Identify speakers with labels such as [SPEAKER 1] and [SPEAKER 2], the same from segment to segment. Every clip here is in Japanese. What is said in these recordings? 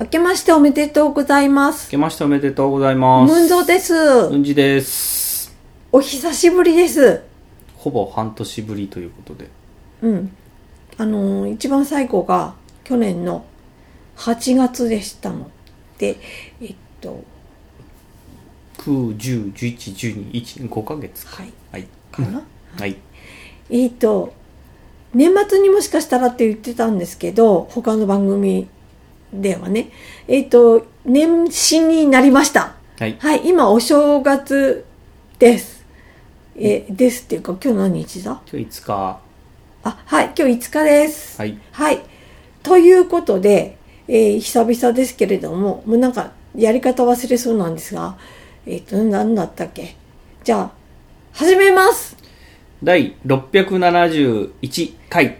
[SPEAKER 1] 明けましておめでとうございま
[SPEAKER 2] 明
[SPEAKER 1] す。
[SPEAKER 2] けましておめでとうございます。
[SPEAKER 1] ムンゾです。
[SPEAKER 2] うんじです。
[SPEAKER 1] お久しぶりです。
[SPEAKER 2] ほぼ半年ぶりということで。
[SPEAKER 1] うん。あのー一番最後が去年の8月でしたので、えっと、
[SPEAKER 2] 9、10、11、12、1、5ヶ月か。
[SPEAKER 1] はい、
[SPEAKER 2] はい。
[SPEAKER 1] かな。
[SPEAKER 2] はい。
[SPEAKER 1] えっと、年末にもしかしたらって言ってたんですけど、他の番組ではね、えっと、年始になりました。
[SPEAKER 2] はい。
[SPEAKER 1] はい、今お正月です。え、ですっていうか、今日何日だ
[SPEAKER 2] 今日5日。
[SPEAKER 1] あ、はい、今日5日です。
[SPEAKER 2] はい。
[SPEAKER 1] はい。ということで、えー久々ですけれども、もうなんか、やり方忘れそうなんですが、えっ、と、何だったっけじゃあ、始めます
[SPEAKER 2] 第671回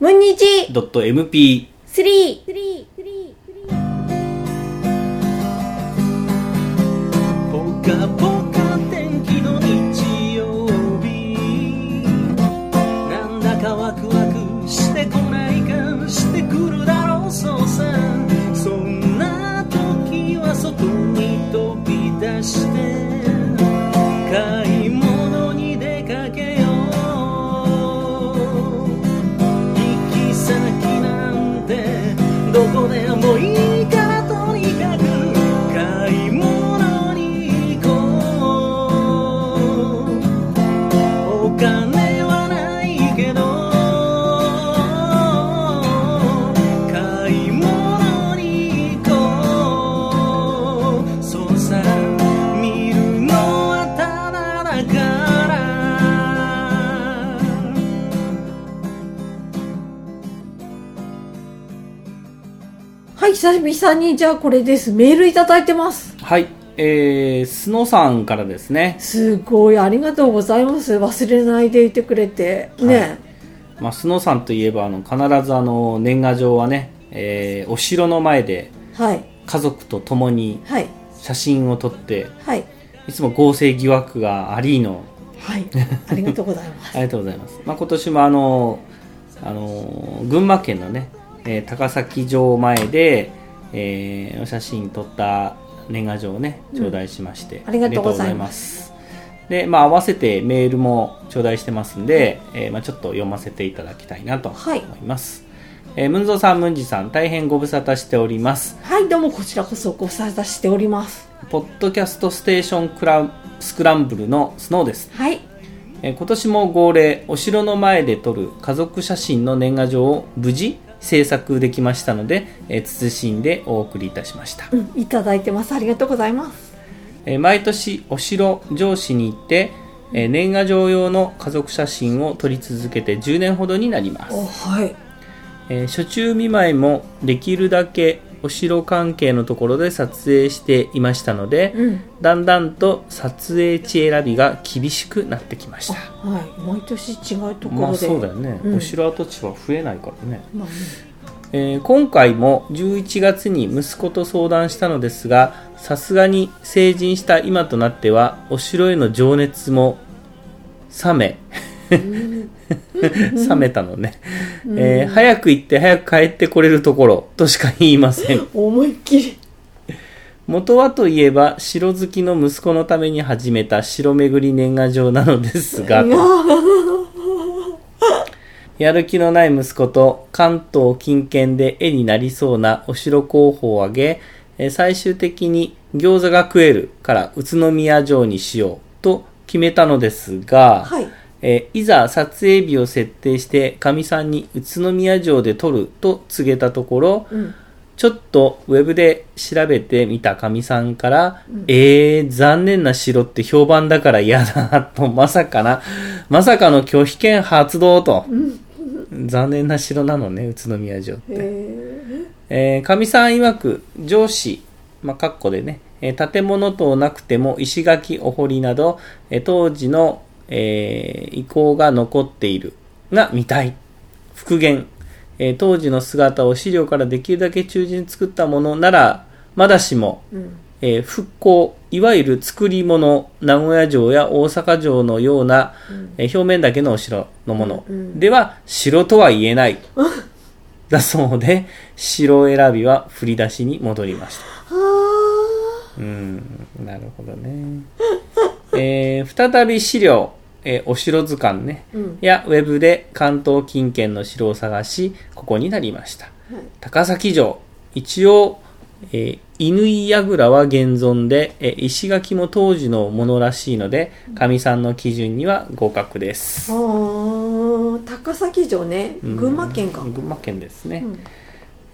[SPEAKER 1] ムンニチ
[SPEAKER 2] ドット .mp。
[SPEAKER 1] 3
[SPEAKER 2] ぽかぽか天気の日曜日なんだかワクワクしてこないかしてくるだろうそうさそんな時は外に飛び出して買い物に出かけよう行き先なんてどこでもいいからとにかく買い物に行こうお金はないけど買い物に行こうそうさ見るのはただだから
[SPEAKER 1] はい、久々に、じゃあこれです。メールいただいてます。
[SPEAKER 2] はい、えー、スノさんからですね、
[SPEAKER 1] すごい、ありがとうございます。忘れないでいてくれて。ね、
[SPEAKER 2] はいまあ、スノさんといえばあの必ずあの年賀状はね、えーお城の前で
[SPEAKER 1] はい、
[SPEAKER 2] 家族と共に
[SPEAKER 1] はい、
[SPEAKER 2] 写真を撮って
[SPEAKER 1] はい、
[SPEAKER 2] いつも合成疑惑がありの
[SPEAKER 1] はい。ありがとうございま
[SPEAKER 2] あ
[SPEAKER 1] す。
[SPEAKER 2] りがとうございます、まあ、今年もあのあの群馬県のね、えー高崎城前で、えーお写真撮った年賀状をね頂戴しまして、
[SPEAKER 1] ありがとうございます
[SPEAKER 2] でまあ、合わせてメールも頂戴してますんで、えーまあ、ちょっと読ませていただきたいなと思
[SPEAKER 1] はい
[SPEAKER 2] います、えームンゾーさんムンジさん大変ご無沙汰しております
[SPEAKER 1] はい、どうもこちらこそご無沙汰しております。
[SPEAKER 2] ポッドキャストステーションクラスクランブルのスノーです
[SPEAKER 1] はい、
[SPEAKER 2] えー今年も号令お城の前で撮る家族写真の年賀状を無事制作できましたので、えー謹んでお送りいたしました、
[SPEAKER 1] うん、いただいてます。ありがとうございます。
[SPEAKER 2] えー毎年お城上司に行って、えー年賀状用の家族写真を撮り続けて10年ほどになります、
[SPEAKER 1] はい。
[SPEAKER 2] えー初中見舞いもできるだけお城関係のところで撮影していましたので、
[SPEAKER 1] うん。
[SPEAKER 2] だんだんと撮影地選びが厳しくなってきました
[SPEAKER 1] はい、毎年違うところで。
[SPEAKER 2] まあそうだよね、
[SPEAKER 1] うん
[SPEAKER 2] お城跡地は増えないからね、
[SPEAKER 1] まあね
[SPEAKER 2] えー今回も11月に息子と相談したのですがさすがに成人した今となってはお城への情熱も冷め冷めたのね、えー早く行って早く帰ってこれるところとしか言いません
[SPEAKER 1] 思いっきり。
[SPEAKER 2] 元はといえば城好きの息子のために始めた城巡り年賀状なのですがとやる気のない息子と関東近県で絵になりそうなお城候補を挙げ、えー最終的に餃子が食えるから宇都宮城にしようと決めたのですが、
[SPEAKER 1] はい。
[SPEAKER 2] えーいざ撮影日を設定してかみさんに宇都宮城で撮ると告げたところ、
[SPEAKER 1] うん。
[SPEAKER 2] ちょっとウェブで調べてみたかみさんから、えー、残念な城って評判だから嫌だと、まさかな、まさかの拒否権発動と。残念な城なのね、宇都宮城って。
[SPEAKER 1] え
[SPEAKER 2] えー、かみさん曰く、上司、まあ、かっこでね、えー建物等なくても石垣、お堀など、えー当時の、えー遺構が残っているが見たい。復元、えー当時の姿を資料からできるだけ忠実に作ったものなら、まだしも、
[SPEAKER 1] ーうん。
[SPEAKER 2] えー復興、いわゆる作り物、名古屋城や大阪城のような、えー表面だけのお城のもの
[SPEAKER 1] うん
[SPEAKER 2] では、城とは言えない。だそうで、城選びは振り出しに戻りました。
[SPEAKER 1] あ
[SPEAKER 2] うん、なるほどね。 えー再び資料、えーお城図鑑ね、
[SPEAKER 1] うん
[SPEAKER 2] やウェブで関東近県の城を探し、ここになりました。高崎城、一応、えー、乾櫓は現存で、えー石垣も当時のものらしいので、かみさんの基準には合格です。
[SPEAKER 1] ーあー高崎城ね
[SPEAKER 2] うん
[SPEAKER 1] 群馬県か、うん
[SPEAKER 2] 群馬県ですね。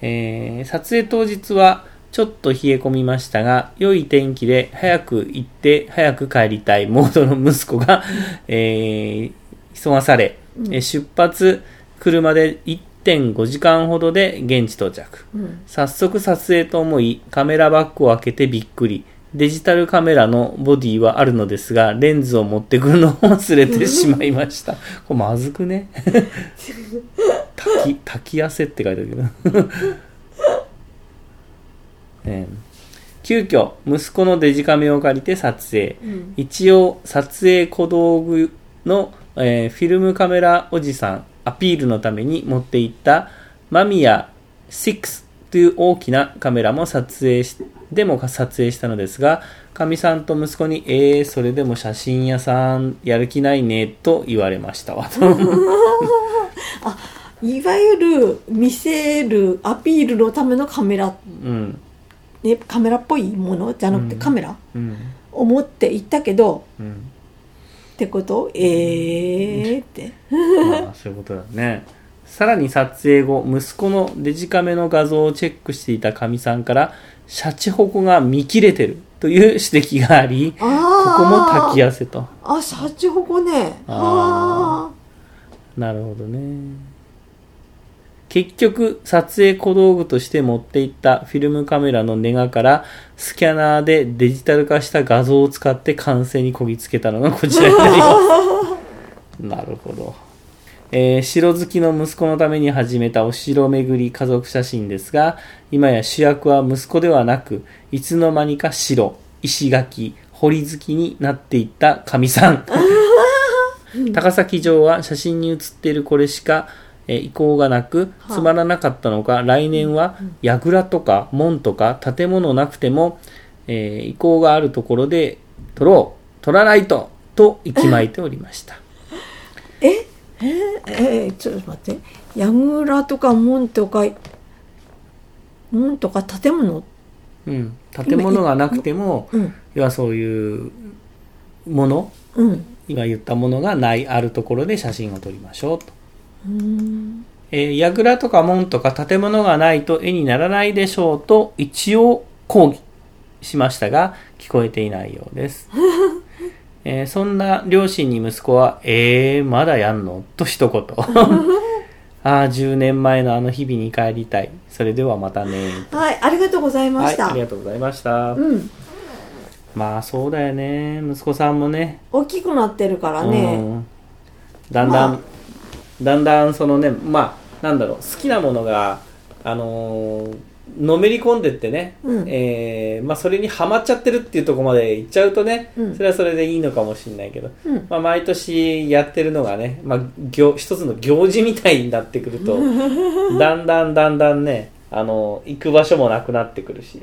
[SPEAKER 2] えー撮影当日はちょっと冷え込みましたが、良い天気で早く行って早く帰りたいモードの息子が、 えー潜まされ、えー出発、車で1.5時間ほどで現地到着。
[SPEAKER 1] うん
[SPEAKER 2] 早速撮影と思い、カメラバッグを開けてびっくり。デジタルカメラのボディはあるのですが、レンズを持ってくるのを忘れてしまいました。これまずくね炊き、炊き汗って書いてあるけど。 ええ急遽、息子のデジカメを借りて撮影。
[SPEAKER 1] うん
[SPEAKER 2] 一応撮影小道具の、えーフィルムカメラおじさんアピールのために持っていったマミヤ6という大きなカメラも撮影しでも撮影したのですがかみさんと息子に「えー、それでも写真屋さんやる気ないね」と言われましたわ
[SPEAKER 1] いわゆる見せるアピールのためのカメラ、
[SPEAKER 2] うん
[SPEAKER 1] ね、カメラっぽいものじゃなくて
[SPEAKER 2] うん
[SPEAKER 1] カメラ、
[SPEAKER 2] うん
[SPEAKER 1] を持って行ったけど
[SPEAKER 2] うん
[SPEAKER 1] ってことええー、って
[SPEAKER 2] まあそういうことだねさらに撮影後息子のデジカメの画像をチェックしていたかみさんからシャチホコが見切れてるという指摘がありこ
[SPEAKER 1] あ
[SPEAKER 2] こも
[SPEAKER 1] あ
[SPEAKER 2] 炊き汗と
[SPEAKER 1] あシャチホコね
[SPEAKER 2] あ
[SPEAKER 1] あ
[SPEAKER 2] なるほどね結局撮影小道具として持っていったフィルムカメラのネガからスキャナーでデジタル化した画像を使って完成にこぎつけたのがこちらになりますなるほど、えー城好きの息子のために始めたお城巡り家族写真ですが今や主役は息子ではなくいつの間にか城石垣堀好きになっていったかみさん高崎城は写真に写っているこれしか、えー意向がなく
[SPEAKER 1] はあ
[SPEAKER 2] つまらなかったのか、来年は櫓とか門とか建物なくても、えー意向があるところで撮ろう撮らないとと息巻いておりました
[SPEAKER 1] あえー、ちょっと待ってやぐらとか門とか門とか建物
[SPEAKER 2] うん、建物がなくても
[SPEAKER 1] うん
[SPEAKER 2] 要はそういうもの
[SPEAKER 1] うん
[SPEAKER 2] 今言ったものがないあるところで写真を撮りましょうと。
[SPEAKER 1] うーん
[SPEAKER 2] えー、櫓とか門とか建物がないと絵にならないでしょうと一応抗議しましたが聞こえていないようです、 えーそんな両親に息子は「えー、まだやんの?」と一言 ああ10年前のあの日々に帰りたいそれではまたね
[SPEAKER 1] はいありがとうございま
[SPEAKER 2] は
[SPEAKER 1] し
[SPEAKER 2] い
[SPEAKER 1] た、
[SPEAKER 2] ありがとうございました
[SPEAKER 1] うん
[SPEAKER 2] まあそうだよね息子さんもね
[SPEAKER 1] 大きくなってるからね、
[SPEAKER 2] うん、だんだん、
[SPEAKER 1] まあ
[SPEAKER 2] だんだんそのねまあなんだろう好きなものがあのーのめり込んでってね、
[SPEAKER 1] うん
[SPEAKER 2] えーまあ、それにはまっちゃってるっていうところまで行っちゃうとね、
[SPEAKER 1] うん
[SPEAKER 2] それはそれでいいのかもしれないけど、
[SPEAKER 1] うん
[SPEAKER 2] まあ、毎年やってるのがね、まあ、行一つの行事みたいになってくる とだんだんだんだんねあの行く場所もなくなってくるし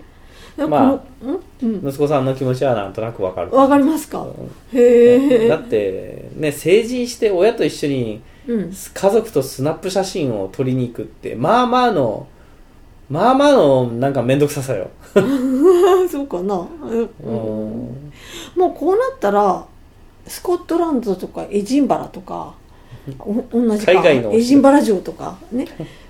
[SPEAKER 1] なんか
[SPEAKER 2] ま
[SPEAKER 1] このうん
[SPEAKER 2] 息子さんの気持ちはなんとなくわかる
[SPEAKER 1] うんわかりますかへ
[SPEAKER 2] だ
[SPEAKER 1] え
[SPEAKER 2] ってね成人して親と一緒に
[SPEAKER 1] うん
[SPEAKER 2] 家族とスナップ写真を撮りに行くってまあまあのまあまあのなんか面倒くささよ、
[SPEAKER 1] そうかな
[SPEAKER 2] う
[SPEAKER 1] うん
[SPEAKER 2] ん、
[SPEAKER 1] もうこうなったらスコットランドとかエジンバラとかお同じか
[SPEAKER 2] 海外のお城
[SPEAKER 1] エジンバラ城とかね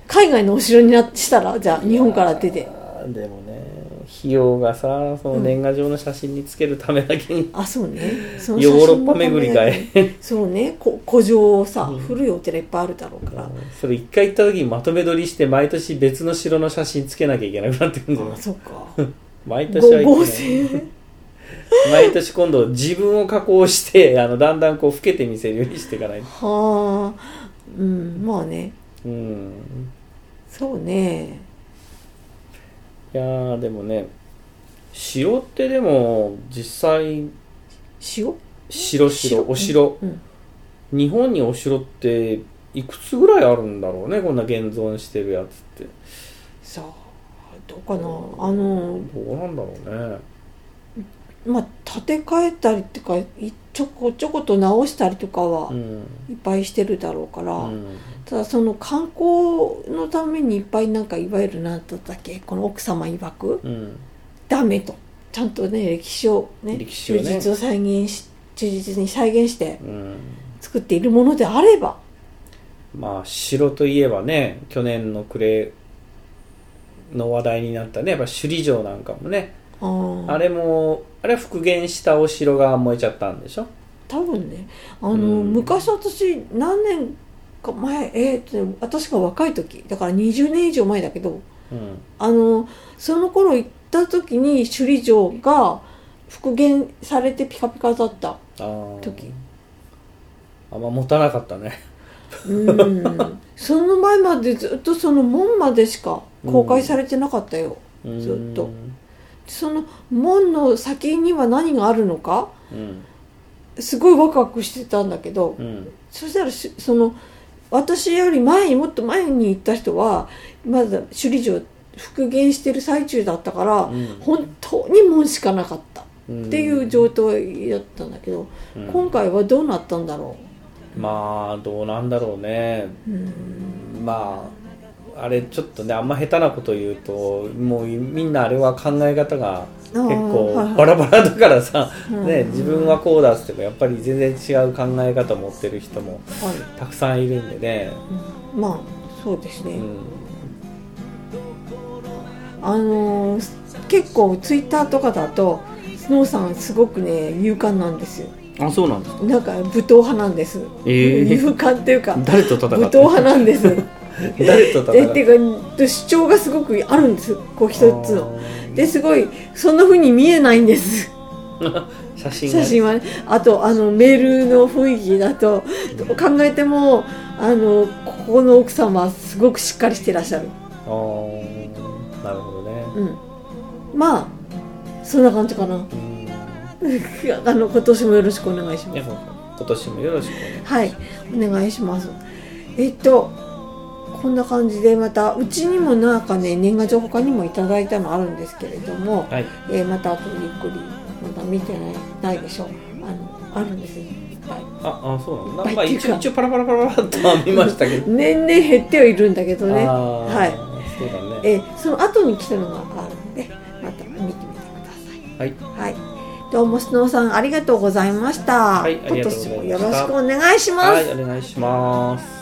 [SPEAKER 1] 海外のお城になしたらじゃあ日本から出て
[SPEAKER 2] あーでもね費用がさその年賀状の写真につけるためだけに、
[SPEAKER 1] あそうねそ
[SPEAKER 2] ヨーロッパ巡りかい
[SPEAKER 1] いそうねこ古城をさ、
[SPEAKER 2] うん
[SPEAKER 1] 古いお寺いっぱいあるだろうから、
[SPEAKER 2] それ一回行った時にまとめ撮りして毎年別の城の写真つけなきゃいけなくなってくるんじゃな
[SPEAKER 1] あ
[SPEAKER 2] い
[SPEAKER 1] そっか
[SPEAKER 2] 毎年 は
[SPEAKER 1] ご
[SPEAKER 2] 行
[SPEAKER 1] 合
[SPEAKER 2] ってない
[SPEAKER 1] 成
[SPEAKER 2] 毎年今度自分を加工してあのだんだんこう老けて見せるようにしていかないと
[SPEAKER 1] はあうんまあね
[SPEAKER 2] うん
[SPEAKER 1] そうね
[SPEAKER 2] いやーでもね城ってでも実際
[SPEAKER 1] 塩
[SPEAKER 2] 城城お城
[SPEAKER 1] うん
[SPEAKER 2] 日本にお城っていくつぐらいあるんだろうねこんな現存してるやつって
[SPEAKER 1] さあどうかなあの
[SPEAKER 2] どうなんだろうね
[SPEAKER 1] まあ建て替えたりってかいちょこちょこと直したりとかは
[SPEAKER 2] うん、
[SPEAKER 1] いっぱいしてるだろうから、
[SPEAKER 2] うん、
[SPEAKER 1] ただその観光のためにいっぱいなんかいわゆる何だったっけこの奥様曰く、
[SPEAKER 2] うん、
[SPEAKER 1] ダメとちゃんとね歴史をね
[SPEAKER 2] 歴史をね
[SPEAKER 1] 忠実を再現し忠実に再現して
[SPEAKER 2] うん、
[SPEAKER 1] 作っているものであれば
[SPEAKER 2] まあ城といえばね去年の暮れの話題になったねやっぱ首里城なんかもね、
[SPEAKER 1] あー
[SPEAKER 2] あれもあれ復元したお城が燃えちゃったんでしょ
[SPEAKER 1] 多分ねあの、
[SPEAKER 2] うん
[SPEAKER 1] 昔私何年か前えーっとね私が若い時だから20年以上前だけど
[SPEAKER 2] うん
[SPEAKER 1] あのその頃行った時に首里城が復元されてピカピカだ った
[SPEAKER 2] あー
[SPEAKER 1] 時
[SPEAKER 2] あんま持たなかったね
[SPEAKER 1] うんその前までずっとその門までしか公開されてなかったよ、ずっとその門の先には何があるのか
[SPEAKER 2] うん
[SPEAKER 1] すごいワクワクしてたんだけど、
[SPEAKER 2] うん
[SPEAKER 1] そしたらしその私より前にもっと前に行った人はまだ首里城復元してる最中だったから、
[SPEAKER 2] うん
[SPEAKER 1] 本当に門しかなかった
[SPEAKER 2] うん
[SPEAKER 1] っていう状態だったんだけど、
[SPEAKER 2] うん
[SPEAKER 1] 今回はどうなったんだろ
[SPEAKER 2] まあどうなんだろうね
[SPEAKER 1] う、うん、
[SPEAKER 2] まああれちょっとねあんま下手なこと言うともうみんなあれは考え方が結
[SPEAKER 1] あーはい
[SPEAKER 2] 構
[SPEAKER 1] はい
[SPEAKER 2] バラバラだからさ、
[SPEAKER 1] うん
[SPEAKER 2] ね、自分はこうだっつってもやっぱり全然違う考え方持ってる人も
[SPEAKER 1] はい、
[SPEAKER 2] たくさんいるんでね、
[SPEAKER 1] うんまあそうですね、
[SPEAKER 2] うん、
[SPEAKER 1] あのー結構ツイッターとかだとスノーさんすごくね勇敢なんですよ
[SPEAKER 2] あそうなんですか
[SPEAKER 1] なんか武闘派なんです。
[SPEAKER 2] えー
[SPEAKER 1] 勇敢っていうか、武
[SPEAKER 2] 誰と戦
[SPEAKER 1] 闘派なんです。
[SPEAKER 2] 誰と
[SPEAKER 1] え
[SPEAKER 2] 戦
[SPEAKER 1] って
[SPEAKER 2] う
[SPEAKER 1] いうか主張がすごくあるんです。こう一つの。ですごいそんな風に見えないんです。
[SPEAKER 2] 写真が
[SPEAKER 1] 写真はね。あとあのメールの雰囲気だとどう考えてもあのここの奥様はすごくしっかりしてらっしゃる。
[SPEAKER 2] あーなるほどね、
[SPEAKER 1] うん。まあそんな感じかな。
[SPEAKER 2] うん、
[SPEAKER 1] あの今年もよろしくお願いします
[SPEAKER 2] いや。今年もよろしくお願いしま
[SPEAKER 1] はい、お願いします。えっと、こんな感じでまた、うちにもなんかね、年賀状他にもいただいたのあるんですけれども、
[SPEAKER 2] すはい
[SPEAKER 1] えーまた後でゆっくり、まだ見てないないでしょう。あの、あるんですよ、いっぱい。
[SPEAKER 2] ああそうなんだ、
[SPEAKER 1] いっぱ
[SPEAKER 2] まあ、
[SPEAKER 1] いっていう
[SPEAKER 2] 一
[SPEAKER 1] か
[SPEAKER 2] 応一応パラパラパラパラっとは見ました けど
[SPEAKER 1] 年々減ってはいるんだけどね。
[SPEAKER 2] はいそうだね。
[SPEAKER 1] えーその後に来たのがあるので、また見てみてください。
[SPEAKER 2] は
[SPEAKER 1] は
[SPEAKER 2] い。
[SPEAKER 1] い。どうも、スノーさん、ありがとうございました。
[SPEAKER 2] はいあり
[SPEAKER 1] 今
[SPEAKER 2] がとうござ
[SPEAKER 1] 年
[SPEAKER 2] いま
[SPEAKER 1] も
[SPEAKER 2] した
[SPEAKER 1] よろしくお願いします。
[SPEAKER 2] はい、お願いします。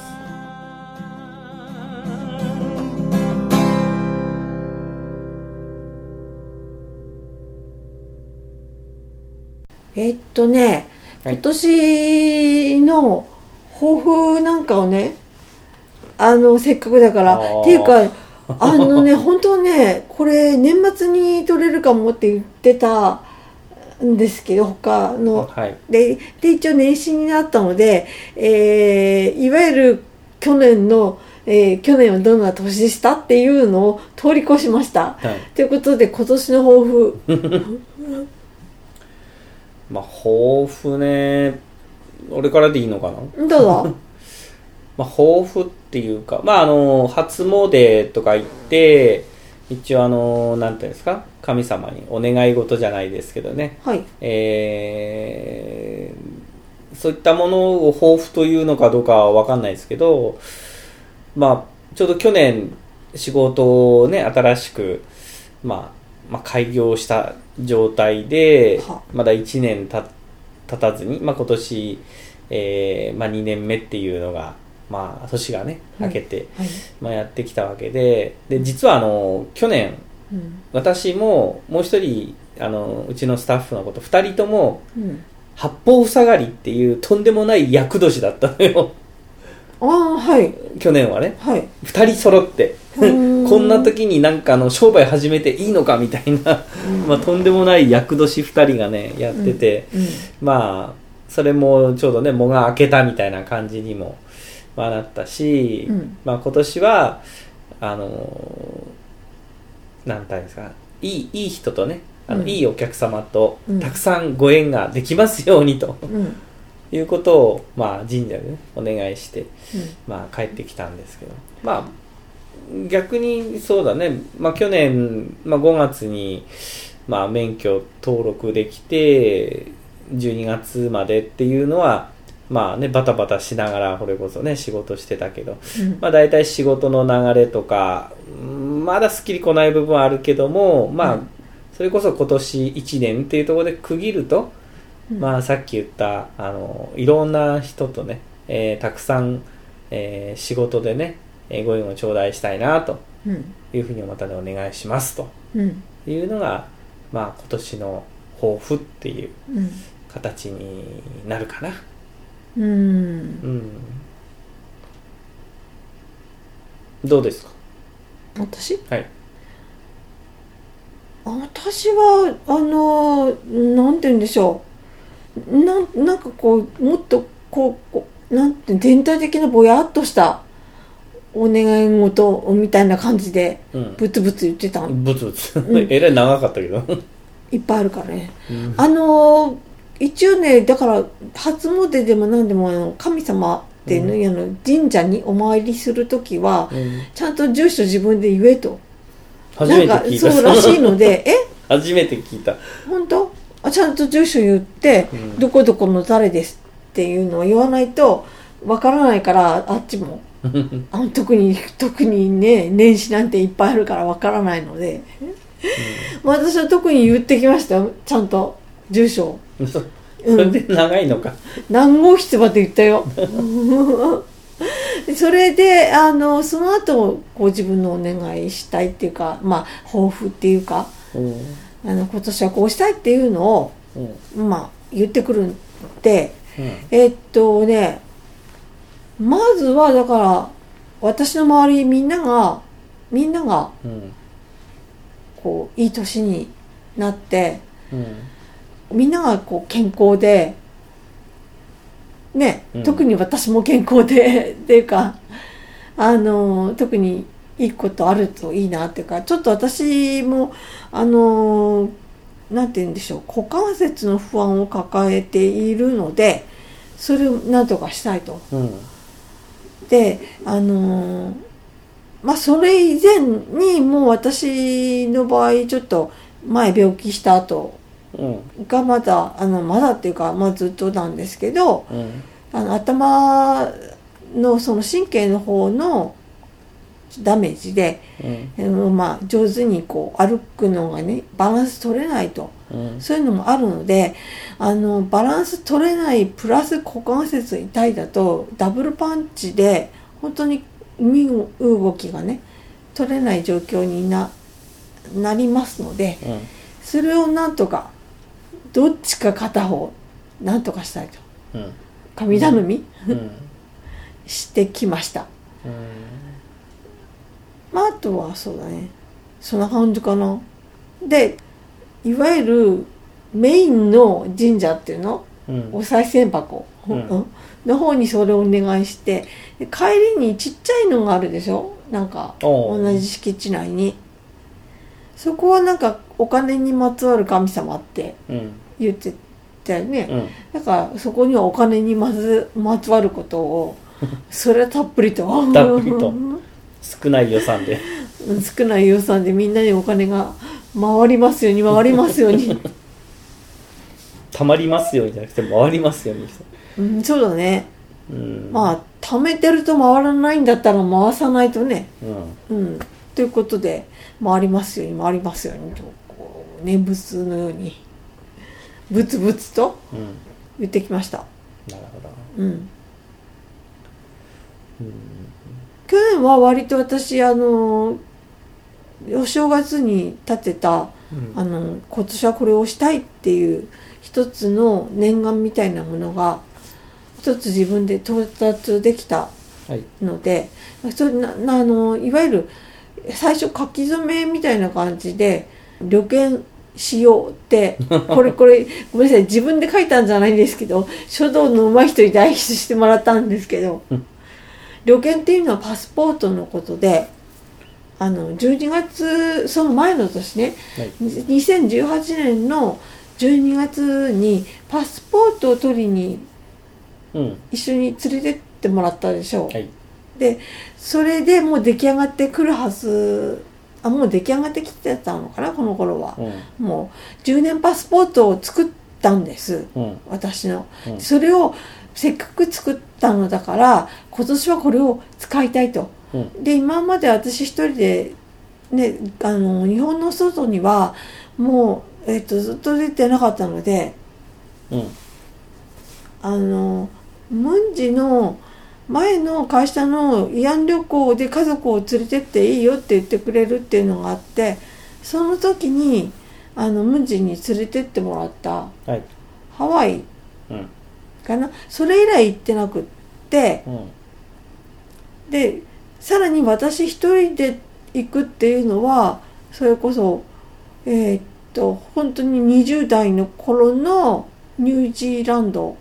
[SPEAKER 1] えっとね、
[SPEAKER 2] はい
[SPEAKER 1] 今年の抱負なんかをねあのせっかくだから
[SPEAKER 2] あー
[SPEAKER 1] っていうかあのね 本当はねこれ年末に取れるかもって言ってたんですけど他の
[SPEAKER 2] はい。
[SPEAKER 1] でで一応年始になったので、えーいわゆる去年の、えー去年はどんな年でしたっていうのを通り越しました。
[SPEAKER 2] はい。
[SPEAKER 1] ということで今年の抱負
[SPEAKER 2] まあ、抱負ね。俺からでいいのかな。
[SPEAKER 1] どう ぞ。
[SPEAKER 2] まあ、抱負っていうか、まあ、あの、初詣とか行って。一応、あの、なんていうんですか。神様にお願い事じゃないですけどね。
[SPEAKER 1] はい。
[SPEAKER 2] えーそういったものを抱負というのかどうかは分かんないですけど、まあ、ちょうど去年仕事をね新しく、まあ、まあ開業した状態で
[SPEAKER 1] は
[SPEAKER 2] まだ1年た経たずに、まあ、今年、えーまあ、2年目っていうのが、まあ、年がね
[SPEAKER 1] うん
[SPEAKER 2] 明けて、
[SPEAKER 1] はい。
[SPEAKER 2] まあ、やってきたわけでで実はあの去年
[SPEAKER 1] うん。
[SPEAKER 2] 私ももう一人あのうちのスタッフのこと二人とも
[SPEAKER 1] うん
[SPEAKER 2] 八方塞がりっていうとんでもない厄年だったのよ
[SPEAKER 1] ああはい
[SPEAKER 2] 去年はね
[SPEAKER 1] はい
[SPEAKER 2] 二人揃って
[SPEAKER 1] うーん
[SPEAKER 2] こんな時になんかあの商売始めていいのかみたいな、まあ、とんでもない厄年二人がねやってて、まあそれもちょうどね藻が明けたみたいな感じにも、まあ、なったし、
[SPEAKER 1] うん
[SPEAKER 2] まあ、今年はあのなんていうんですかいいいい人とねあの、
[SPEAKER 1] うん
[SPEAKER 2] いいお客様と
[SPEAKER 1] うん
[SPEAKER 2] たくさんご縁ができますようにと、
[SPEAKER 1] うんうん
[SPEAKER 2] いうことを、まあ、神社でねお願いして、
[SPEAKER 1] うん
[SPEAKER 2] まあ、帰ってきたんですけどまあ逆にそうだね、まあ、去年、まあ、5月に、まあ、免許登録できて12月までっていうのはまあねバタバタしながらこれこそね仕事してたけど、
[SPEAKER 1] うん
[SPEAKER 2] まあ、大体仕事の流れとかうんまだすっきりこない部分はあるけどもまあ、
[SPEAKER 1] うん
[SPEAKER 2] それこそ今年1年っていうところで区切ると、
[SPEAKER 1] うん
[SPEAKER 2] まあさっき言ったあのいろんな人とね、えーたくさん、えー仕事でね、えーご縁を頂戴したいなと
[SPEAKER 1] うん
[SPEAKER 2] いうふうにまたでお願いしますと
[SPEAKER 1] うん
[SPEAKER 2] いうのがまあ今年の抱負っていう
[SPEAKER 1] うん
[SPEAKER 2] 形になるかな。
[SPEAKER 1] うん
[SPEAKER 2] うん、どうですか
[SPEAKER 1] 私
[SPEAKER 2] はい。
[SPEAKER 1] 私はあのなんて言うんでしょうなんなんかこうもっとこうこうなんて全体的なぼやっとしたお願い事みたいな感じで
[SPEAKER 2] うん
[SPEAKER 1] ブツブツ言ってたん
[SPEAKER 2] ブツブツ
[SPEAKER 1] う。ん
[SPEAKER 2] えらい長かったけど。
[SPEAKER 1] いっぱいあるからねあの一応ねだから初詣でも何でもあの神様っていうの,、あの神社にお参りする時は
[SPEAKER 2] うん
[SPEAKER 1] ちゃんと住所自分で言えと
[SPEAKER 2] 初めて
[SPEAKER 1] なんか
[SPEAKER 2] 聞いた。
[SPEAKER 1] そうらしいのでえ
[SPEAKER 2] 初めて聞いた。
[SPEAKER 1] 本当あちゃんと住所言って、
[SPEAKER 2] うん
[SPEAKER 1] どこどこの誰ですっていうのを言わないとわからないからあっちもあの特に特にね年始なんていっぱいあるからわからないので、まあ私は特に言ってきましたよちゃんと住所を
[SPEAKER 2] そ
[SPEAKER 1] うん
[SPEAKER 2] れで長いのか。
[SPEAKER 1] 何号室まで言った よそれであのその後こう自分のお願いしたいっていうかまあ抱負っていうか
[SPEAKER 2] うん。
[SPEAKER 1] あの今年はこうしたいっていうのを
[SPEAKER 2] うん。
[SPEAKER 1] まあ言ってくるんでえっとねまずはだから私の周りみんながみんなが
[SPEAKER 2] うん。
[SPEAKER 1] こういい年になって
[SPEAKER 2] うん。
[SPEAKER 1] みんながこう健康でね、
[SPEAKER 2] うん
[SPEAKER 1] 特に私も健康で っていうかあの特にいいことあるといいなっていうかちょっと私もあのなんて言うんでしょう股関節の不安を抱えているのでそれをなんとかしたいと。
[SPEAKER 2] うん。
[SPEAKER 1] であのーまあそれ以前にもう私の場合ちょっと前病気した後
[SPEAKER 2] うん。
[SPEAKER 1] がまだあのまだっていうか、まあ、ずっとなんですけど
[SPEAKER 2] うん。
[SPEAKER 1] あの頭のその神経の方のダメージで、
[SPEAKER 2] うん。
[SPEAKER 1] あのまあ、上手にこう歩くのがねバランス取れないと
[SPEAKER 2] うん。
[SPEAKER 1] そういうのもあるのであのバランス取れないプラス股関節痛いだとダブルパンチで本当に身動きがね取れない状況にななりますので
[SPEAKER 2] うん。
[SPEAKER 1] それをなんとかどっちか片方なんとかしたいと
[SPEAKER 2] うん。
[SPEAKER 1] 神頼み、
[SPEAKER 2] うん。
[SPEAKER 1] してきましたまああとはそうだねそんな感じかなでいわゆるメインの神社っていうの
[SPEAKER 2] うん。
[SPEAKER 1] お賽銭箱、
[SPEAKER 2] うん
[SPEAKER 1] うんの方にそれをお願いしてで帰りにちっちゃいのがあるでしょなんか
[SPEAKER 2] お
[SPEAKER 1] 同
[SPEAKER 2] う
[SPEAKER 1] じ敷地内にそこはなんかお金にまつわる神様って
[SPEAKER 2] うん。
[SPEAKER 1] 言ってたよね、
[SPEAKER 2] うん。
[SPEAKER 1] だからそこにはお金にまずまつわること をそれはたっぷりと
[SPEAKER 2] たっぷりと
[SPEAKER 1] うん
[SPEAKER 2] 少ない予算で。
[SPEAKER 1] 少ない予算でみんなにお金が回りますように回りますよう に、
[SPEAKER 2] たまりますようにじゃなくて、回りますようにして。
[SPEAKER 1] うん、そうだね
[SPEAKER 2] うん。
[SPEAKER 1] ま
[SPEAKER 2] あ。
[SPEAKER 1] あ貯めてると回らないんだったら回さないとね
[SPEAKER 2] うん。
[SPEAKER 1] うんということで回りますように回りますようにとこう念仏のようにブツブツと
[SPEAKER 2] うん。
[SPEAKER 1] 言ってきました
[SPEAKER 2] なるほど。
[SPEAKER 1] うん
[SPEAKER 2] うん。
[SPEAKER 1] 去年は割と私あのお正月に立てた
[SPEAKER 2] うん
[SPEAKER 1] あの今年はこれをしたいっていう一つの念願みたいなものが一つ自分で到達できた
[SPEAKER 2] はい。
[SPEAKER 1] のでそれななあのいわゆる最初書き初めみたいな感じで旅券しようってこれこれごめんなさい自分で書いたんじゃないんですけど書道の上手い人に代筆してもらったんですけど
[SPEAKER 2] うん
[SPEAKER 1] 旅券っていうのはパスポートのことであの12月その前の年ね
[SPEAKER 2] はい。
[SPEAKER 1] 2018年の12月にパスポートを取りに
[SPEAKER 2] うん。
[SPEAKER 1] 一緒に連れてってもらったでしょう、
[SPEAKER 2] はい。
[SPEAKER 1] でそれでもう出来上がってくるはずあもう出来上がってきてたのかなこの頃は
[SPEAKER 2] う、ん。
[SPEAKER 1] もう10年パスポートを作ったんです
[SPEAKER 2] うん。
[SPEAKER 1] 私の、
[SPEAKER 2] うん
[SPEAKER 1] それをせっかく作ったのだから今年はこれを使いたいと
[SPEAKER 2] うん。
[SPEAKER 1] で今まで私一人で、ね、あの日本の外にはもう、えっとずっと出てなかったので
[SPEAKER 2] うん。
[SPEAKER 1] あのムンジの前の会社の慰安旅行で家族を連れてっていいよって言ってくれるっていうのがあってその時にあのムンジに連れてってもらった
[SPEAKER 2] はい。
[SPEAKER 1] ハワイ
[SPEAKER 2] うん。
[SPEAKER 1] かなそれ以来行ってなくって
[SPEAKER 2] うん。
[SPEAKER 1] でさらに私一人で行くっていうのはそれこそえーっと本当に20代の頃のニュージーランド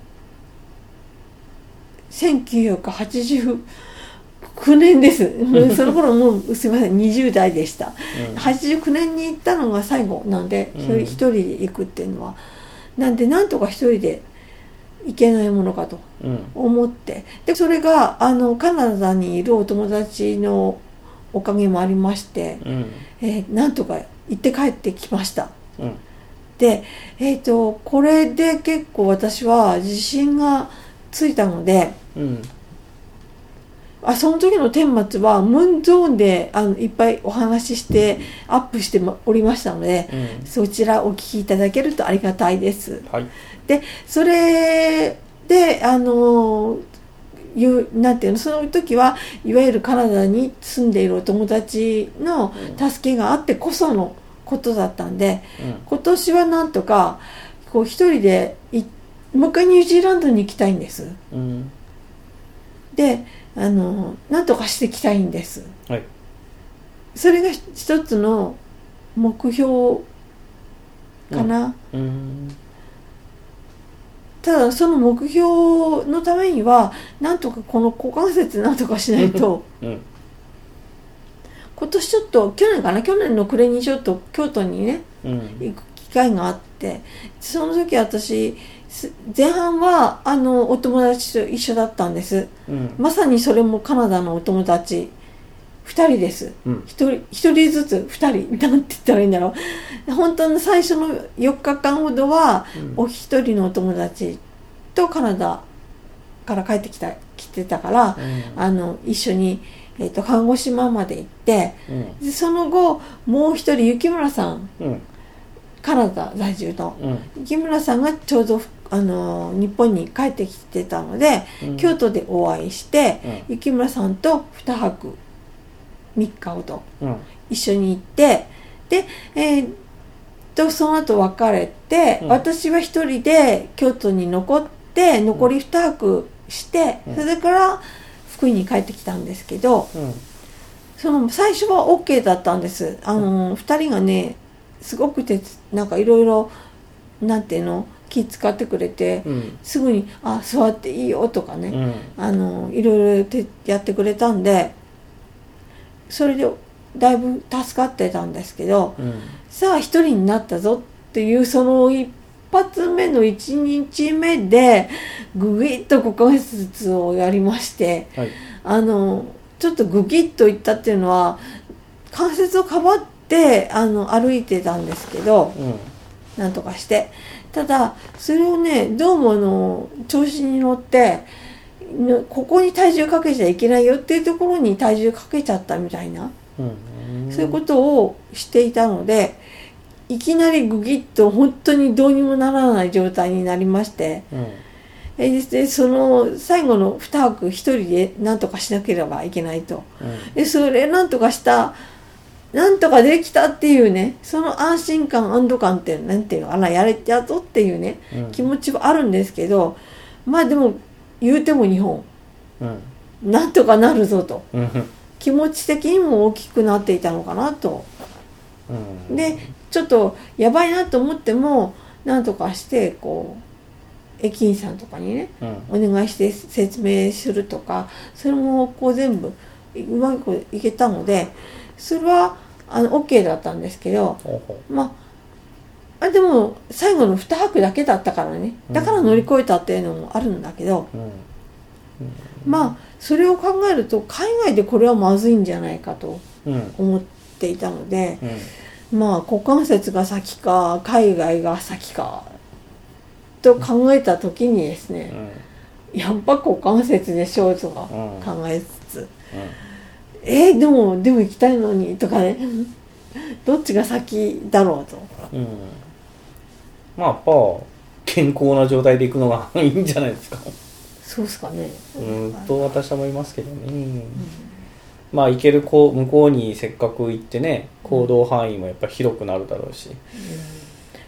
[SPEAKER 1] 1989年ですも うその頃もうすいません20代でした89年に行ったのが最後なんで
[SPEAKER 2] うん
[SPEAKER 1] それ一人で行くっていうのは、なんでなんとか一人で行けないものかと
[SPEAKER 2] うん。うん。
[SPEAKER 1] 思ってでそれがあのカナダにいるお友達のおかげもありまして、
[SPEAKER 2] うん。
[SPEAKER 1] えーなんとか行って帰ってきました
[SPEAKER 2] うん。
[SPEAKER 1] で、えー、とこれで結構私は自信がついたので
[SPEAKER 2] うん。
[SPEAKER 1] あその時の顛末はムーンゾーンであのいっぱいお話ししてアップしておりましたので
[SPEAKER 2] うん。
[SPEAKER 1] そちらお聞きいただけるとありがたいです。
[SPEAKER 2] はい。
[SPEAKER 1] でそれであのいうなんていうのその時はいわゆるカナダに住んでいるお友達の助けがあってこそのことだったんで
[SPEAKER 2] うん。
[SPEAKER 1] 今年はなんとかこう一人でいもう一回ニュージーランドに行きたいんです
[SPEAKER 2] うん。
[SPEAKER 1] であのなんとかしていきたいんです
[SPEAKER 2] はい。
[SPEAKER 1] それが一つの目標かな、
[SPEAKER 2] うん。
[SPEAKER 1] ただその目標のためにはなんとかこの股関節なんとかしないと
[SPEAKER 2] うん。
[SPEAKER 1] 今年ちょっと去年かな去年の暮れにちょっと京都にね
[SPEAKER 2] うん。
[SPEAKER 1] 行く機会があってその時私す前半はあのお友達と一緒だったんです
[SPEAKER 2] うん。
[SPEAKER 1] まさにそれもカナダのお友達2人です
[SPEAKER 2] うん。
[SPEAKER 1] 一人一人ずつ2人なんて言ったらいいんだろう本当の最初の4日間ほどはお一人のお友達とカナダから帰ってきた来てたからあの一緒に、えー、と看護師マまで行って
[SPEAKER 2] うん。
[SPEAKER 1] でその後もう一人雪村さん
[SPEAKER 2] うん。
[SPEAKER 1] カナダ在住の
[SPEAKER 2] うん。
[SPEAKER 1] 雪村さんがちょうど、あの日本に帰ってきてたので、
[SPEAKER 2] うん
[SPEAKER 1] 京都でお会いして
[SPEAKER 2] うん。
[SPEAKER 1] 雪村さんと2泊3日ほど
[SPEAKER 2] うん。
[SPEAKER 1] 一緒に行ってでえーっとその後別れて、
[SPEAKER 2] うん
[SPEAKER 1] 私は一人で京都に残って残り2泊して、
[SPEAKER 2] うん
[SPEAKER 1] それから福井に帰ってきたんですけど
[SPEAKER 2] うん。
[SPEAKER 1] その最初は OK だったんですあの、二2人がねすごくてなんかいろいろなんていうの気使ってくれて、
[SPEAKER 2] うん。
[SPEAKER 1] すぐに「あ座っていいよ」とかね、
[SPEAKER 2] うん。
[SPEAKER 1] あのいろいろてやってくれたんでそれでだいぶ助かってたんですけど
[SPEAKER 2] うん。
[SPEAKER 1] さあ一人になったぞっていうその一発目の一日目でグギッと股関節をやりまして
[SPEAKER 2] はい。
[SPEAKER 1] あのちょっとグギッといったっていうのは関節をかばってあの歩いてたんですけど
[SPEAKER 2] うん。
[SPEAKER 1] なんとかしてただそれをねどうもあの調子に乗ってのここに体重かけちゃいけないよっていうところに体重かけちゃったみたいな、
[SPEAKER 2] うん。
[SPEAKER 1] そういうことをしていたのでいきなりグギッと本当にどうにもならない状態になりまして
[SPEAKER 2] うん。
[SPEAKER 1] えでその最後の2泊1人でなんとかしなければいけないと。
[SPEAKER 2] うん。
[SPEAKER 1] でそれなんとかしたなんとかできたっていうねその安心感安堵感ってなんていうのかなやれてやっとっていうね
[SPEAKER 2] うん
[SPEAKER 1] 気持ちはあるんですけどまあでも言うても日本
[SPEAKER 2] うん。
[SPEAKER 1] なんとかなるぞと
[SPEAKER 2] うん。
[SPEAKER 1] 気持ち的にも大きくなっていたのかなと
[SPEAKER 2] うん。
[SPEAKER 1] でちょっとやばいなと思ってもなんとかしてこう駅員さんとかにね
[SPEAKER 2] うん。
[SPEAKER 1] お願いして説明するとかそれもこう全部うまくいけたのでそれはあの OK だったんですけど
[SPEAKER 2] ほうほ
[SPEAKER 1] まあでも最後の2泊だけだったからねだから乗り越えたっていうのもあるんだけど、
[SPEAKER 2] うん
[SPEAKER 1] まあそれを考えると海外でこれはまずいんじゃないかと
[SPEAKER 2] うん
[SPEAKER 1] 思っていたので
[SPEAKER 2] うん
[SPEAKER 1] まあ股関節が先か海外が先かと考えた時にですね、やっぱ股関節でしょうとか
[SPEAKER 2] うん
[SPEAKER 1] 考えつつ、えーでもでも行きたいのにとかね どっちが先だろうと
[SPEAKER 2] うんうんまあやっぱ健康な状態で行くのがいいんじゃないですか
[SPEAKER 1] そうっすかね、
[SPEAKER 2] うんと私は思いますけどね、まあ行けるこう向こうにせっかく行ってね行動範囲もやっぱ広くなるだろうし、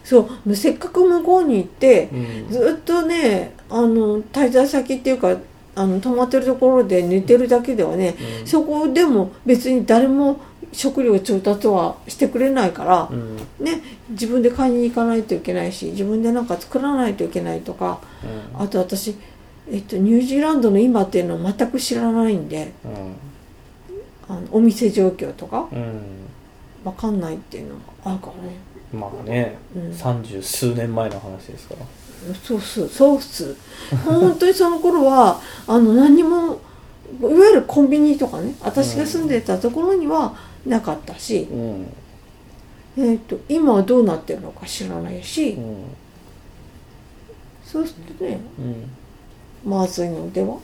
[SPEAKER 1] そうせっかく向こうに行って
[SPEAKER 2] うん
[SPEAKER 1] ずっとねあの滞在先っていうかあの泊まってるところで寝てるだけではね、
[SPEAKER 2] うん
[SPEAKER 1] そこでも別に誰も食料調達はしてくれないから
[SPEAKER 2] う、ん
[SPEAKER 1] ね、自分で買いに行かないといけないし自分でなんか作らないといけないとかあと私、えっと、ニュージーランドの今っていうのを全く知らないんで
[SPEAKER 2] うん
[SPEAKER 1] あのお店状況とか
[SPEAKER 2] うん
[SPEAKER 1] わかんないっていうのもあるからね。
[SPEAKER 2] まあね
[SPEAKER 1] うん
[SPEAKER 2] 三十数年前の話ですから
[SPEAKER 1] そうっすそうっす本当にその頃は あの何もいわゆるコンビニとかね私が住んでたところにはなかったし、
[SPEAKER 2] うん
[SPEAKER 1] えっと今はどうなってるのか知らないし、
[SPEAKER 2] うん
[SPEAKER 1] そうするとね
[SPEAKER 2] うん
[SPEAKER 1] まずいのでは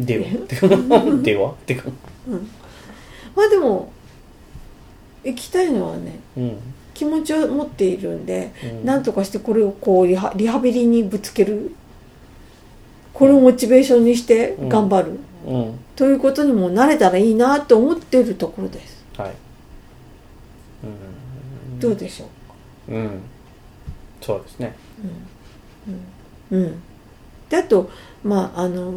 [SPEAKER 2] では ではってか
[SPEAKER 1] まあでも行きたいのはね
[SPEAKER 2] うん
[SPEAKER 1] 気持ちを持っているんで、
[SPEAKER 2] うん
[SPEAKER 1] なんとかしてこれをこうリハリハビリにぶつけるこれをモチベーションにして頑張る、
[SPEAKER 2] うん
[SPEAKER 1] ということにもなれたらいいなと思っているところです。
[SPEAKER 2] はい
[SPEAKER 1] どうでしょう
[SPEAKER 2] うんうんそうですね
[SPEAKER 1] うん、うん、であとまああの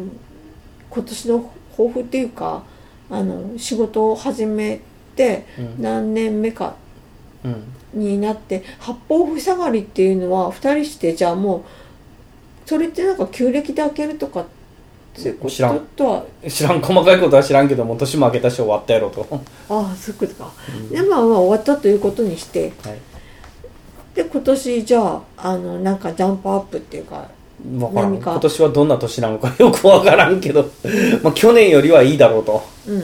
[SPEAKER 1] 今年の抱負っていうかあの仕事を始めて
[SPEAKER 2] うん
[SPEAKER 1] 何年目か
[SPEAKER 2] うん
[SPEAKER 1] になって八方塞がりっていうのは2人してじゃあもうそれってなんか旧暦で開けるとかそういうこ
[SPEAKER 2] 知ら
[SPEAKER 1] と
[SPEAKER 2] ん
[SPEAKER 1] とは
[SPEAKER 2] 知らん細かいことは知らんけどもう年も明けたし終わったやろと は
[SPEAKER 1] ああそういうことか、
[SPEAKER 2] うん
[SPEAKER 1] でまあまあ終わったということにして
[SPEAKER 2] い
[SPEAKER 1] で今年じゃああのなんかジャンプアップっていうか
[SPEAKER 2] わからん
[SPEAKER 1] 何か
[SPEAKER 2] 今年はどんな年なのかよくわからんけど まあ去年よりはいいだろうと、
[SPEAKER 1] うん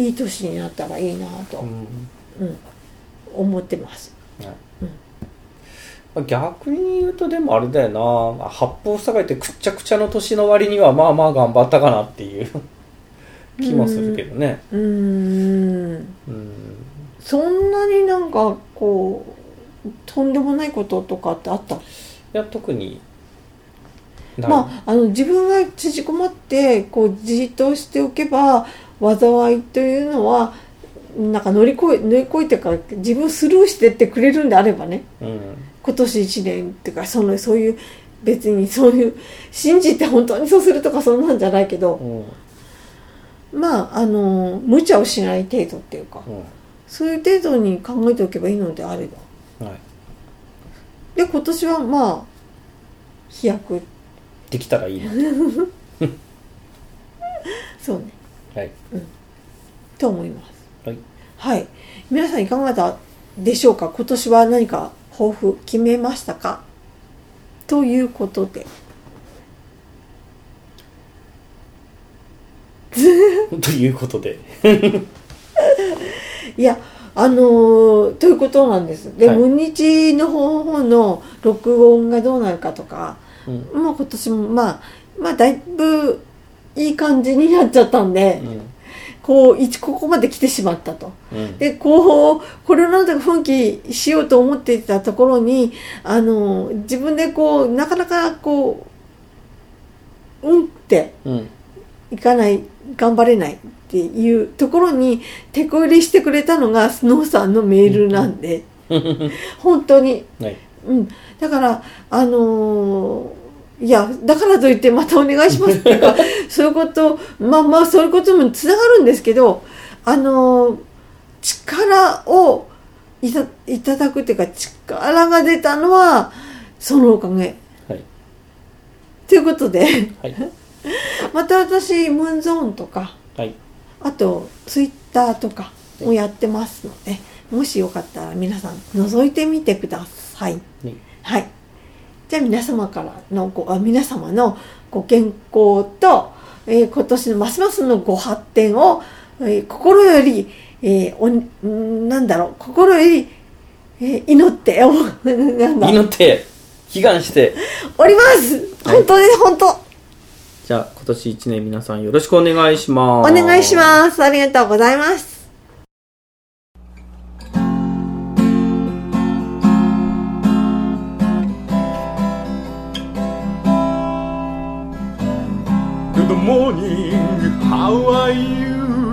[SPEAKER 1] いい年になったらいいなと
[SPEAKER 2] うん
[SPEAKER 1] 思ってます、
[SPEAKER 2] はい
[SPEAKER 1] うん
[SPEAKER 2] まあ逆に言うとでもあれだよな八方塞がりってくっちゃくちゃの年の割にはまあまあ頑張ったかなっていう気もするけどね
[SPEAKER 1] うーん
[SPEAKER 2] うん
[SPEAKER 1] そんなになんかこうとんでもないこととかってあった
[SPEAKER 2] いや特にない
[SPEAKER 1] まあ、あの自分が縮こまってこうじっとしておけば災いというのはなんか乗り越え乗り越えてから自分スルーしてってくれるんであればね
[SPEAKER 2] うん
[SPEAKER 1] 今年1年っていうかそのそういう別にそういう信じて本当にそうするとかそんなんじゃないけ
[SPEAKER 2] う
[SPEAKER 1] ど
[SPEAKER 2] んうん
[SPEAKER 1] まああの無茶をしない程度っていうかそういう程度に考えておけばいいのであれば
[SPEAKER 2] はい
[SPEAKER 1] で今年はまあ飛躍
[SPEAKER 2] できたらい いな
[SPEAKER 1] そうね
[SPEAKER 2] はい
[SPEAKER 1] と思います。
[SPEAKER 2] はい
[SPEAKER 1] はい。皆さんいかがだでしょうか今年は何か抱負決めましたかということで。
[SPEAKER 2] ということで
[SPEAKER 1] いや、あのーということなんです。で、
[SPEAKER 2] はい
[SPEAKER 1] 無日の方法の録音がどうなるかとか、
[SPEAKER 2] うん
[SPEAKER 1] もう今年もまあ、まあだいぶいい感じになっちゃったんで
[SPEAKER 2] う、ん
[SPEAKER 1] こう、一ここまで来てしまったと。
[SPEAKER 2] うん
[SPEAKER 1] でこうこれをなんとか奮起しようと思っていたところにあの自分でこうなかなかこううんって
[SPEAKER 2] うん
[SPEAKER 1] いかない頑張れないっていうところに手こ入れしてくれたのがスノーさんのメールなんで、本当に、
[SPEAKER 2] はい
[SPEAKER 1] うん、だからあのーいやだからといってまたお願いしますっていうかそういうことまあまあそういうことにもつながるんですけどあのー力をいたいただくっていうか力が出たのはそのおかげ。
[SPEAKER 2] はい
[SPEAKER 1] ということで
[SPEAKER 2] はい
[SPEAKER 1] また私ムーンゾーンとか
[SPEAKER 2] はい
[SPEAKER 1] あとツイッターとかもやってますのでもしよかったら皆さん覗いてみてください。
[SPEAKER 2] ね
[SPEAKER 1] はい。じゃあ皆様からのご、あ皆様のご健康と、えー今年のますますのご発展を、えー心より、えーおんんなんだろう、心より、えー祈って、お なんだ、
[SPEAKER 2] 祈って、祈願して、
[SPEAKER 1] おります
[SPEAKER 2] はい
[SPEAKER 1] 本当です、本当
[SPEAKER 2] じゃあ今年一年皆さんよろしくお願いしま
[SPEAKER 1] お
[SPEAKER 2] す。
[SPEAKER 1] 願いします。ありがとうございます。
[SPEAKER 3] Good morning, how are you?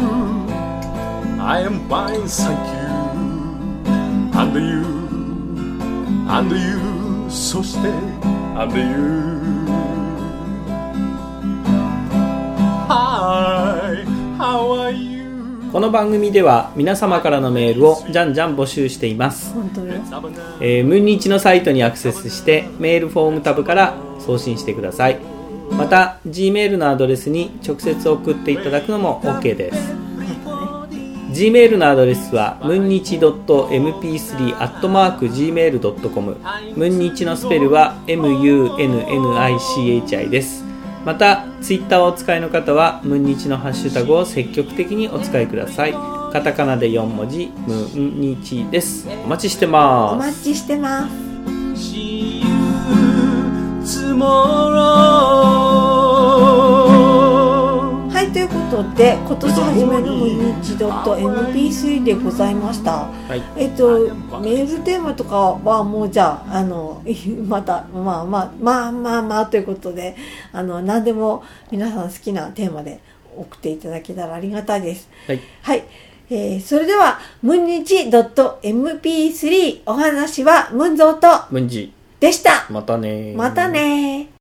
[SPEAKER 3] I am fine, thank you. And you, and you, そして and you. Hi, how are you?
[SPEAKER 2] この番組では皆様からのメールをじゃんじゃん募集しています。
[SPEAKER 1] 本当です。
[SPEAKER 3] え
[SPEAKER 2] えー、ムンニチのサイトにアクセスしてメールフォームタブから送信してください。また G メールのアドレスに直接送っていただくのも OK です。G メールのアドレスはムンニチ .mp3-gmail.com ムンニチのスペルは MUNNICHI ですまたツイッターをお使いの方はムンニチのハッシュタグを積極的にお使いくださいカタカナで4文字ムンニチですお待ちして
[SPEAKER 1] お
[SPEAKER 2] ま
[SPEAKER 1] 待
[SPEAKER 2] す
[SPEAKER 1] ちしてます。
[SPEAKER 3] See you tomorrow.
[SPEAKER 1] はい、ということで、今年初めの日度と MP3 でございました。
[SPEAKER 2] はい
[SPEAKER 1] えっと、メールテーマとかはもうじゃあ、あの、 また、まあまあ、まあまあまあということで、あの、何でも皆さん好きなテーマで送っていただけたらありがたいです。
[SPEAKER 2] はい
[SPEAKER 1] はい。えー、それでは、ムンニチ .mp3 お話はムンゾーと
[SPEAKER 2] ムンジ
[SPEAKER 1] でした。
[SPEAKER 2] またね
[SPEAKER 1] またね